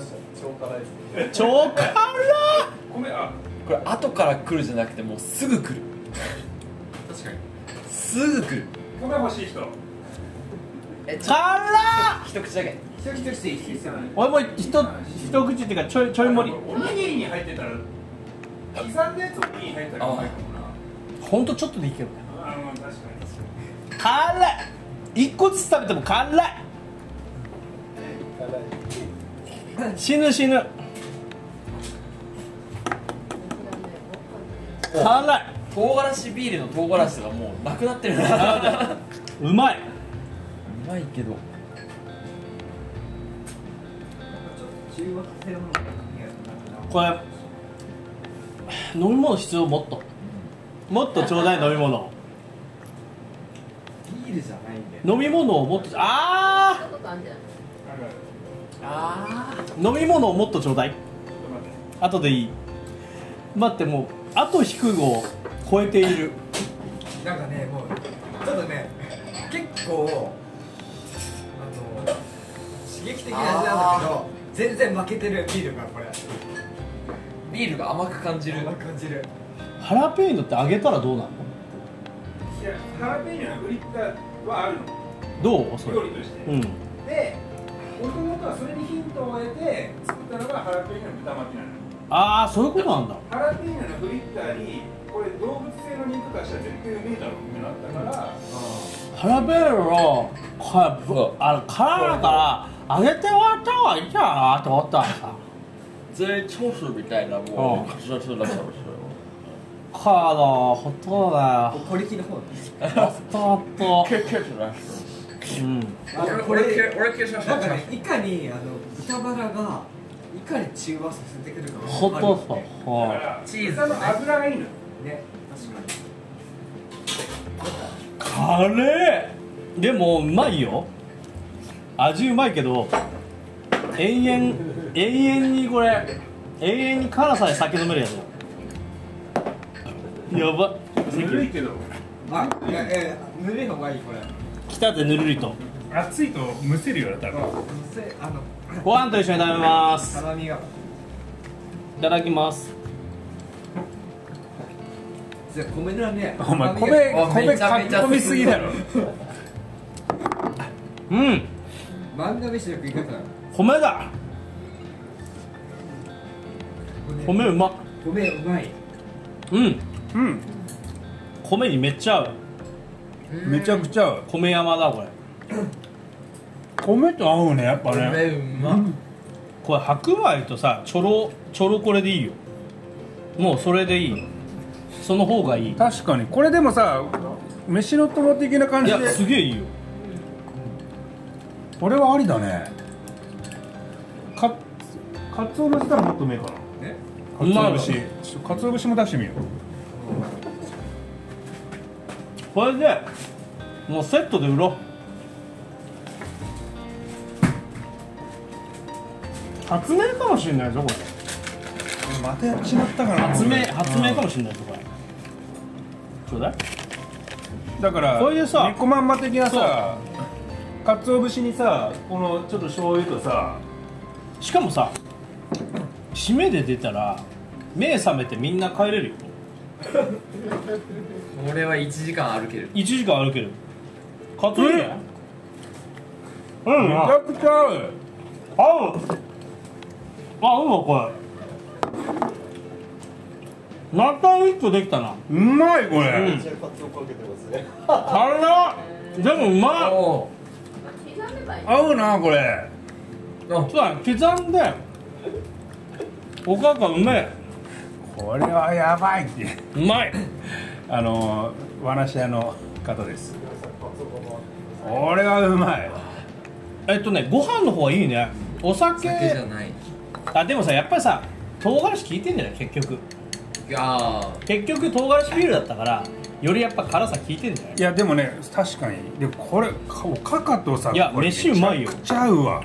[SPEAKER 1] 超辛
[SPEAKER 3] これ後から来るじゃなくてもうすぐ来る確かにすぐ来る
[SPEAKER 2] 米欲しい人
[SPEAKER 3] え
[SPEAKER 1] ー
[SPEAKER 3] ちょ
[SPEAKER 1] 辛ー
[SPEAKER 3] 一口だけ
[SPEAKER 5] 一口一口一口
[SPEAKER 1] 俺も一一口っていうかちょいちょい盛り
[SPEAKER 2] おにぎりに入ってたら刻んだやつおにぎりに入った
[SPEAKER 3] らうまいか
[SPEAKER 1] ほんとちょっとでいけるね
[SPEAKER 2] ああ確かに
[SPEAKER 1] 辛い一個ずつ食べても辛い死ぬ死ぬ辛い
[SPEAKER 3] 唐辛子ビールの唐辛子がもうなくなってるう
[SPEAKER 1] うまい
[SPEAKER 3] まいけど
[SPEAKER 5] 中和性の
[SPEAKER 1] これ飲み物必要もっともっとちょうだい飲み物を
[SPEAKER 5] ビールじゃないんだよ
[SPEAKER 1] 飲み物をもっとあー飲み物をもっとちょうだい後でいい待ってもうあと引くを超えている
[SPEAKER 5] なんかねもうちょっとね結構あの刺激的な味なんだけど全然負けてるビールがこれ
[SPEAKER 3] ビールが甘く感じる
[SPEAKER 5] 甘く感じる
[SPEAKER 1] ハラペーニョって揚げたらどうなの
[SPEAKER 2] いやハラペーニョのグリッタはあるの
[SPEAKER 1] どうそれ
[SPEAKER 2] 理として
[SPEAKER 1] うん
[SPEAKER 2] で弟はそれにヒントを得て作ったのがハラペーニョの豚巻きなの
[SPEAKER 1] ああそういうことなんだ
[SPEAKER 2] ハラペーニョのフリッターにこれ動物性の肉出したら絶対うめえだろってなったから
[SPEAKER 1] ハラペーニョのか
[SPEAKER 3] そう
[SPEAKER 1] あの辛いから揚げて終わった方がいいんじゃないかなと思ったらさ
[SPEAKER 3] 全員超市みたいなもう
[SPEAKER 1] あ
[SPEAKER 3] 口出しになっちゃいまし
[SPEAKER 1] かあのほとんどだよ
[SPEAKER 5] 小力の方ね
[SPEAKER 1] ほとんど
[SPEAKER 3] たよケチだし
[SPEAKER 1] うん
[SPEAKER 5] あのこ
[SPEAKER 3] 俺
[SPEAKER 5] れ
[SPEAKER 3] ケ俺ケチ出し
[SPEAKER 5] なんかねいかにあの豚バラがいかに中和させてくるかが
[SPEAKER 1] ほとん
[SPEAKER 5] 分
[SPEAKER 1] ど
[SPEAKER 5] かるよね
[SPEAKER 1] はい
[SPEAKER 3] チーズ
[SPEAKER 2] 豚の脂がいいのよ
[SPEAKER 5] ね確かに
[SPEAKER 1] あれでもうまいよ味うまいけど永遠永遠にこれ永遠に辛さで酒飲めるやつだやば
[SPEAKER 2] ぬるいけど
[SPEAKER 5] あいやいやいやぬるい方がいいこれう
[SPEAKER 1] 来たてぬるりと
[SPEAKER 2] 熱いとむせるよな多分
[SPEAKER 5] っせえあの
[SPEAKER 1] ご飯と一緒に食べます
[SPEAKER 5] 辛みが
[SPEAKER 1] いただきます
[SPEAKER 5] じゃあ米だね
[SPEAKER 2] お前米
[SPEAKER 5] 辛みが
[SPEAKER 2] 米かき込みすぎだろ
[SPEAKER 1] うん
[SPEAKER 5] 漫画飯の食い方
[SPEAKER 1] 米だ米うまっ
[SPEAKER 5] 米うまい
[SPEAKER 1] うん
[SPEAKER 2] うん
[SPEAKER 1] 米にめっちゃ合う
[SPEAKER 2] めちゃくちゃ合う
[SPEAKER 1] 米山だこれ
[SPEAKER 2] 米と合うねやっぱね
[SPEAKER 5] うまっ
[SPEAKER 1] これ白米とさちょろちょろこれでいいよもうそれでいいその方がいい
[SPEAKER 2] 確かにこれでもさ飯の友的な感
[SPEAKER 1] い
[SPEAKER 2] じで
[SPEAKER 1] やすげえいいよ
[SPEAKER 2] これはありだねかかつお節たらもっとうめえかな
[SPEAKER 5] ね
[SPEAKER 2] かつお節ちょっとかつお節も出してみよ
[SPEAKER 1] これでもうセットで売ろう発明かもしれないぞこれ
[SPEAKER 2] うまたやっちまったかな
[SPEAKER 1] 発明発明かもしれないぞこれちょうだい
[SPEAKER 2] だから
[SPEAKER 1] こういうさ
[SPEAKER 2] ニコまんま的なさかつお節にさこのちょっと醤油とさ
[SPEAKER 1] しかもさ締めで出たら目覚めてみんな帰れるよ
[SPEAKER 3] これは1時間歩ける
[SPEAKER 1] 1時間歩けるかついねう
[SPEAKER 2] めちゃくちゃ合う
[SPEAKER 1] 合うあうわこれまた一個できたな
[SPEAKER 2] うまいこれ、
[SPEAKER 1] うん辛っでもうまい
[SPEAKER 3] お
[SPEAKER 2] 合うなこれ
[SPEAKER 1] そうだね刻んでおかかうめえ
[SPEAKER 2] これはやばいって
[SPEAKER 1] うまい
[SPEAKER 2] あの和梨屋の方ですこれはうまい
[SPEAKER 1] えっとねご飯の方がいいねお酒
[SPEAKER 3] 酒じゃない
[SPEAKER 1] あでもさやっぱりさ唐辛子効いてんじゃない結局
[SPEAKER 3] ああ
[SPEAKER 1] 結局唐辛子ビールだったからよりやっぱ辛さ効いてんじゃない
[SPEAKER 2] いやでもね確かにでもこれかおかかとさ
[SPEAKER 1] いや
[SPEAKER 2] これ
[SPEAKER 1] 飯うまいよ
[SPEAKER 2] めちゃくちゃ合うわ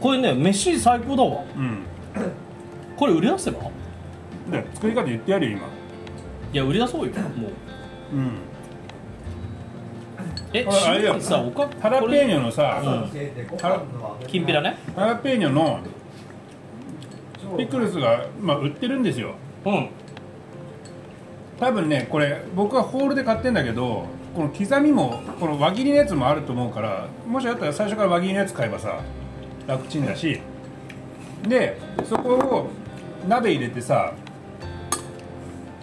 [SPEAKER 1] これね飯最高だわ
[SPEAKER 2] うん
[SPEAKER 1] これ売り出せば
[SPEAKER 2] で作り方言ってやるよ今
[SPEAKER 1] いや売り出そうよもう
[SPEAKER 2] うん
[SPEAKER 1] え
[SPEAKER 2] これあれだよ
[SPEAKER 1] っさおか
[SPEAKER 2] ハラペーニョ
[SPEAKER 1] の
[SPEAKER 2] のさ、
[SPEAKER 1] うん
[SPEAKER 5] 教えてご飯の
[SPEAKER 1] きんぴらね
[SPEAKER 2] ハラペーニョの
[SPEAKER 5] 超
[SPEAKER 2] ピクルスが、まあ、売ってるんですよ
[SPEAKER 1] うん
[SPEAKER 2] 多分ねこれ僕はホールで買ってんだけどこの刻みもこの輪切りのやつもあると思うからもしあったら最初から輪切りのやつ買えばさ楽ちんだしでそこを鍋入れてさ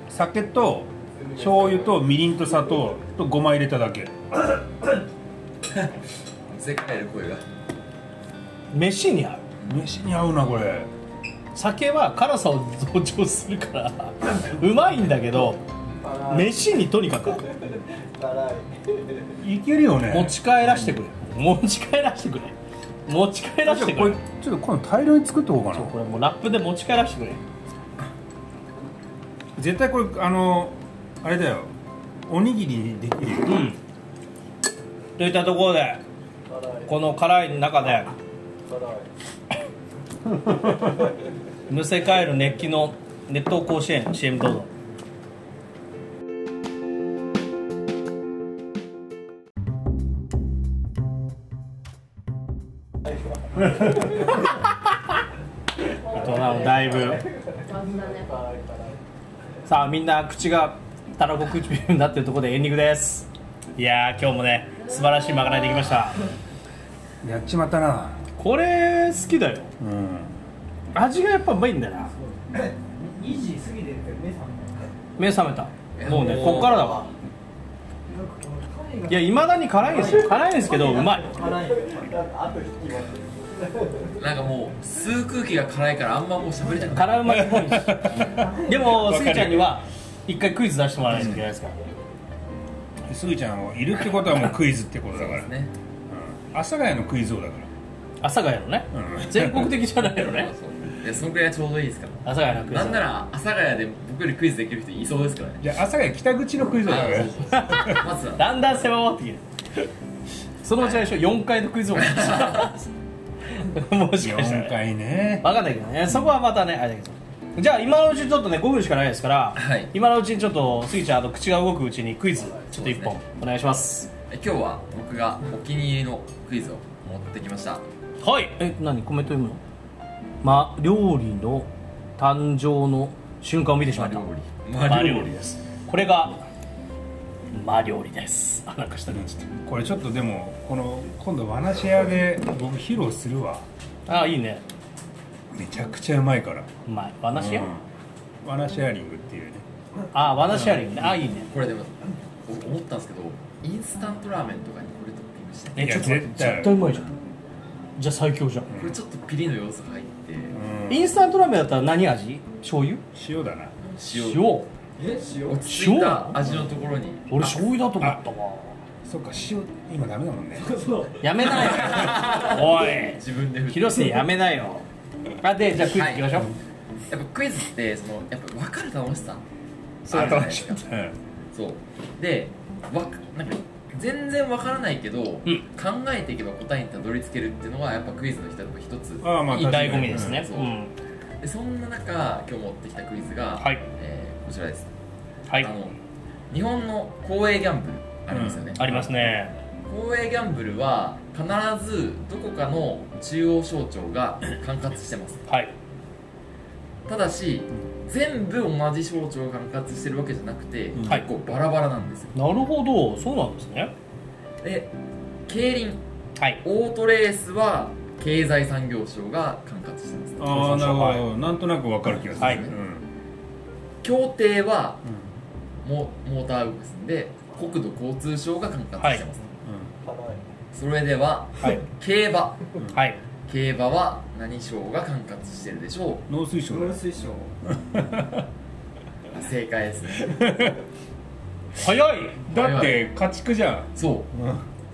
[SPEAKER 2] 酒と醤油とみりんと砂糖とごま入れただけ
[SPEAKER 3] 世界の声が
[SPEAKER 1] 飯に合う
[SPEAKER 2] 飯に合うなこれ
[SPEAKER 1] 酒は辛さを増長するからうまいんだけど飯にとにかく合う
[SPEAKER 2] いけるよね
[SPEAKER 1] 持ち帰らしてくれ持ち帰らしてくれ持ち帰らして
[SPEAKER 2] こ
[SPEAKER 1] く
[SPEAKER 2] れ
[SPEAKER 1] れ
[SPEAKER 2] ちょっと今度大量に作っとこうかな
[SPEAKER 1] これもうラップで持ち帰らしてくれ
[SPEAKER 2] 絶対これあのあれだよおにぎりにできるよ
[SPEAKER 1] うんといったところでこの辛いの中でむせ返る熱気の熱湯甲子園 CM どうぞ大人もだいぶさあみんな口がたらこ唇になってるところでエンディングですいやー今日もね素晴らしいまかないできました
[SPEAKER 2] やっちまったな
[SPEAKER 1] これ好きだよ
[SPEAKER 2] うん
[SPEAKER 1] 味がやっぱうまいんだよな
[SPEAKER 5] 2時過ぎてるけどね3
[SPEAKER 1] 目覚めた
[SPEAKER 3] いや
[SPEAKER 1] もうね
[SPEAKER 3] もう
[SPEAKER 1] こっからだわいやいまだに辛いんですよ辛いんですけどうまい
[SPEAKER 5] 辛い
[SPEAKER 3] なんかもう吸う空気が辛いからあんまもう喋りたくない
[SPEAKER 1] 辛うまいっぽいしでも
[SPEAKER 2] わか
[SPEAKER 1] ス
[SPEAKER 2] る
[SPEAKER 1] ギちゃんには一回クイズ出してもらわないといけないですから
[SPEAKER 2] すぐちゃんもいるってことはもうクイズってことだから
[SPEAKER 3] ね
[SPEAKER 2] 阿佐ヶ谷のクイズ王だか
[SPEAKER 1] 阿佐ヶ谷のね
[SPEAKER 2] ら、うん
[SPEAKER 1] 全国的じゃないよね
[SPEAKER 3] そうえそんぐらいがちょうどいいですか
[SPEAKER 1] 朝が楽
[SPEAKER 3] なんなら阿佐ヶ谷で僕よりクイズできる人いそうですから ね
[SPEAKER 2] じゃあ朝が北口のクイズだ
[SPEAKER 3] あ
[SPEAKER 2] か
[SPEAKER 3] そ
[SPEAKER 2] ら
[SPEAKER 3] うそうそうまずは
[SPEAKER 1] だんだん狭まってきるそのうちでしょ4回のクイズももしか したら
[SPEAKER 2] 4回ね
[SPEAKER 1] 分かんないけどねそこはまたねあれだけどじゃあ今のうちちょっとね5分しかないですから、
[SPEAKER 3] はい
[SPEAKER 1] 今のうちにちょっとスギちゃんあの口が動くうちにクイズちょっと1本お願いします
[SPEAKER 3] え今日は僕がお気に入りのクイズを持ってきました
[SPEAKER 1] はいえ何コメント読むのま料理の誕生の瞬間を見てしまった
[SPEAKER 3] マ
[SPEAKER 1] 真
[SPEAKER 3] 料
[SPEAKER 1] 料
[SPEAKER 3] 理
[SPEAKER 1] 理ですこれがマ料理ですあなんか下にちょっ
[SPEAKER 2] これちょっとでもこの今度話し屋で僕披露するわ
[SPEAKER 1] とあいいね
[SPEAKER 2] めちゃくちゃうまいから
[SPEAKER 1] うまい和なしや、
[SPEAKER 2] うんワナシェアリングっていうね
[SPEAKER 1] あ和なしやりねあいいね
[SPEAKER 3] これでも僕思ったんですけどインスタントラーメンとかにこれトッピングして
[SPEAKER 1] え
[SPEAKER 2] いや
[SPEAKER 1] ちょっと待って
[SPEAKER 2] 絶対
[SPEAKER 1] 絶対うまいじゃんじゃあ最強じゃん、
[SPEAKER 3] これちょっとピリの要素入って
[SPEAKER 2] うん
[SPEAKER 1] インスタントラーメンだったら何味醤油
[SPEAKER 2] 塩だな
[SPEAKER 3] 塩
[SPEAKER 1] 塩
[SPEAKER 5] え塩
[SPEAKER 3] 落ち着いた味のところに
[SPEAKER 1] 俺醤油だと思ったわ
[SPEAKER 2] そっか塩今ダメだもんね
[SPEAKER 5] そう
[SPEAKER 1] やめなよ おい
[SPEAKER 3] 自分で振って
[SPEAKER 1] 広瀬やめなよあでじゃあクイズいきましょう、
[SPEAKER 3] はやっぱクイズってそのやっぱ分かる楽しさ
[SPEAKER 2] そ
[SPEAKER 3] あ
[SPEAKER 2] れ
[SPEAKER 3] るじゃな
[SPEAKER 2] 楽
[SPEAKER 3] いで
[SPEAKER 2] し
[SPEAKER 3] す
[SPEAKER 2] か
[SPEAKER 3] か
[SPEAKER 2] ったうん
[SPEAKER 3] そうでわかなんか全然分からないけど、
[SPEAKER 1] ん
[SPEAKER 3] 考えていけば答えにたどり着けるっていうのがやっぱクイズの一つ一つ
[SPEAKER 2] ああまあ
[SPEAKER 1] いい醍醐味ですね、
[SPEAKER 3] そううんでそんな中今日持ってきたクイズが、
[SPEAKER 1] はい
[SPEAKER 3] えーこちらです、
[SPEAKER 1] はい
[SPEAKER 3] あの日本の公営ギャンブルありますよね、
[SPEAKER 1] ありますね
[SPEAKER 3] 公営ギャンブルは必ずどこかの中央省庁が管轄してます
[SPEAKER 1] はい
[SPEAKER 3] ただし全部同じ省庁が管轄してるわけじゃなくて、
[SPEAKER 2] うん
[SPEAKER 1] はい
[SPEAKER 3] 結構バラバラなんですよ
[SPEAKER 1] なるほどそうなんですね
[SPEAKER 3] で競輪
[SPEAKER 1] はい
[SPEAKER 3] オートレースは経済産業省が管轄してます
[SPEAKER 2] ああなるほどなんとなくわかる気がする
[SPEAKER 1] はい
[SPEAKER 2] うん
[SPEAKER 3] 協定はモモーターウーですんで国土交通省が管轄してます、それでは
[SPEAKER 1] はい
[SPEAKER 3] 競馬
[SPEAKER 1] はい
[SPEAKER 3] 競馬は何省が管轄してるでしょ
[SPEAKER 2] 農水省だ
[SPEAKER 5] 農水省
[SPEAKER 3] う正解ですね
[SPEAKER 1] 早い
[SPEAKER 2] だって家畜じゃん
[SPEAKER 3] そ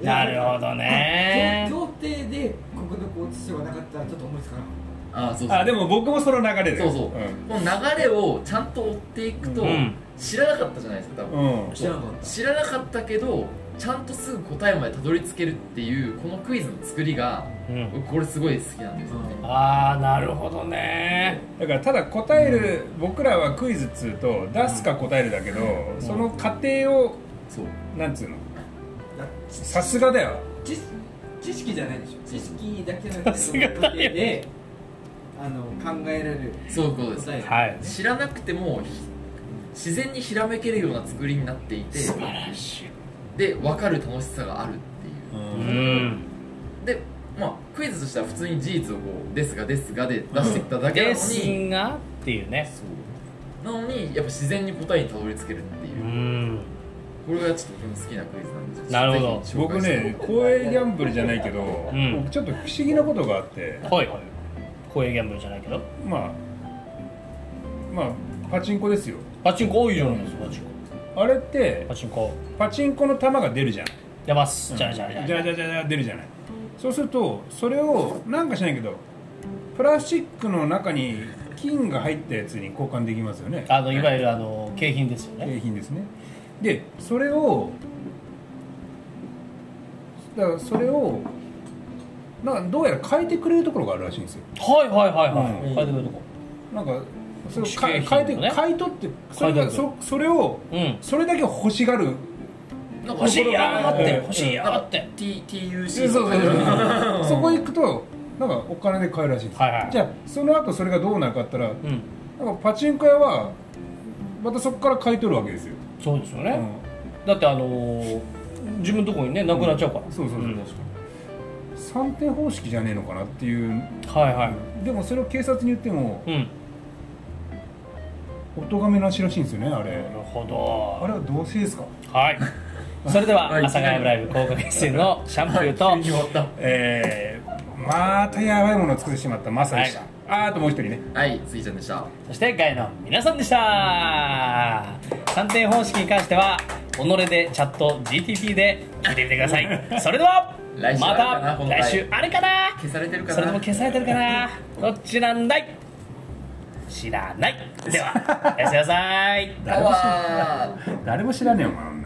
[SPEAKER 1] なるほどね
[SPEAKER 5] 協協定で国土交通省がなかったらちょっと思いつかなかっ
[SPEAKER 3] うあそうそう
[SPEAKER 2] あでも僕もその流れで
[SPEAKER 3] そうそう、
[SPEAKER 2] ん
[SPEAKER 3] この流れをちゃんと追っていくと、
[SPEAKER 1] うん
[SPEAKER 3] 知らなかったじゃないですか多分、
[SPEAKER 2] うん
[SPEAKER 5] た知らなかった
[SPEAKER 3] 知らなかったけどちゃんとすぐ答えまでたどり着けるっていうこのクイズの作りが
[SPEAKER 1] うん
[SPEAKER 3] 僕これすごい好きなんですよね、
[SPEAKER 1] ああなるほどね
[SPEAKER 2] だからただ答える、僕らはクイズっつうと出すか答えるだけど、その過程を
[SPEAKER 3] そう
[SPEAKER 2] なんつうの
[SPEAKER 5] だ
[SPEAKER 2] さすがだよ
[SPEAKER 5] 知知識じゃないでしょ知識だけじゃな
[SPEAKER 1] さ
[SPEAKER 5] く
[SPEAKER 1] す
[SPEAKER 5] て
[SPEAKER 1] が
[SPEAKER 5] 協
[SPEAKER 1] だよ
[SPEAKER 5] 定であの考えられる
[SPEAKER 3] そういうことです
[SPEAKER 5] 答え
[SPEAKER 1] はい
[SPEAKER 3] 知らなくてもひ自然にひらめけるような作りになっていて
[SPEAKER 1] らしい
[SPEAKER 3] で分かる楽しさがあるっていう
[SPEAKER 1] うんん
[SPEAKER 3] でまあクイズとしては普通に事実をこう「ですがですが」で出していっただけなの
[SPEAKER 1] で
[SPEAKER 3] に、
[SPEAKER 1] すがっていうね
[SPEAKER 3] そうなのにやっぱ自然に答えにたどり着けるっていうう、
[SPEAKER 1] ん
[SPEAKER 3] これがちょっと僕の好きなクイズなんです
[SPEAKER 1] なるほど
[SPEAKER 2] 僕ね公営ギャンブルじゃないけど、
[SPEAKER 1] ん
[SPEAKER 2] 僕ちょっと不思議なことがあって
[SPEAKER 1] はいはい公営ギャンブルじゃないけど
[SPEAKER 2] まあまあパチンコですよ
[SPEAKER 1] パチンコ多いじゃないですかパチンコ
[SPEAKER 2] あれって
[SPEAKER 1] パチンコ
[SPEAKER 2] パチンコの玉が出るじゃん
[SPEAKER 1] 出ますじゃあじ
[SPEAKER 2] じ
[SPEAKER 1] ゃ
[SPEAKER 2] ゃ
[SPEAKER 1] あ
[SPEAKER 2] じ
[SPEAKER 1] じゃ
[SPEAKER 2] ゃ
[SPEAKER 1] あ
[SPEAKER 2] じゃじゃじゃ出るじゃないそうするとそれをなんかしないけどプラスチックの中に金が入ったやつに交換できますよね
[SPEAKER 1] あのいわゆるあの景品ですよね
[SPEAKER 2] 景品ですねでそれをだからそれをなんかどうやら変えてくれるところがあるらしいんですよ
[SPEAKER 1] はいはいはいは
[SPEAKER 2] う
[SPEAKER 1] い
[SPEAKER 2] ん
[SPEAKER 1] 変えてくれるとこ
[SPEAKER 2] なんかそれを
[SPEAKER 1] 景
[SPEAKER 2] か変え
[SPEAKER 1] 品
[SPEAKER 2] て
[SPEAKER 1] のね
[SPEAKER 2] 買い取ってそれ
[SPEAKER 1] 買い取
[SPEAKER 2] が
[SPEAKER 1] る
[SPEAKER 2] そそれを
[SPEAKER 1] うん
[SPEAKER 2] それだけ欲しがる
[SPEAKER 3] なんか
[SPEAKER 1] 欲しいやーって
[SPEAKER 2] うん
[SPEAKER 1] 欲しいやーって
[SPEAKER 3] T-
[SPEAKER 2] そう
[SPEAKER 3] TUC
[SPEAKER 2] そうそう
[SPEAKER 3] う
[SPEAKER 2] そこ行くとなんかお金で買えるらしいんですよ、
[SPEAKER 1] はいはい
[SPEAKER 2] じゃあその後それがどうなるかって言ったら
[SPEAKER 1] うん
[SPEAKER 2] なんかパチンコ屋はまたそこから買い取るわけですよ、
[SPEAKER 1] そうですよ
[SPEAKER 2] う
[SPEAKER 1] ね
[SPEAKER 2] ん
[SPEAKER 1] だってあのー自分のとこにねなくなっちゃうから
[SPEAKER 2] そうそうそう、
[SPEAKER 1] ん
[SPEAKER 2] 三点方式じゃねえのかなっていう
[SPEAKER 1] はいはい
[SPEAKER 2] でもそれを警察に言っても
[SPEAKER 1] うん
[SPEAKER 2] お咎めなしらしいんですよねあれ
[SPEAKER 1] なるほど
[SPEAKER 2] あれは同性ですか
[SPEAKER 1] はいそれでは「
[SPEAKER 3] はい
[SPEAKER 1] 阿佐ヶ谷ブライブ」高架決戦のシャンプーと
[SPEAKER 3] 決まった
[SPEAKER 2] えー、またやばいものを作ってしまったマサでした、
[SPEAKER 1] は
[SPEAKER 2] あーあともう一人ね
[SPEAKER 3] はいスイちゃんでした
[SPEAKER 1] そしてガイの皆さんでした3点方式に関しては己でチャット GTP で聞いてみてくださ いそれでは
[SPEAKER 3] 来週
[SPEAKER 1] ま
[SPEAKER 3] あるかなこ
[SPEAKER 1] た
[SPEAKER 3] の回
[SPEAKER 1] 来週あれかな
[SPEAKER 3] 消されてるかな
[SPEAKER 1] それとも消されてるかなどっちなんだい
[SPEAKER 6] 知らないではいらっしゃいませ
[SPEAKER 1] パワー
[SPEAKER 2] 誰も知らねえよお前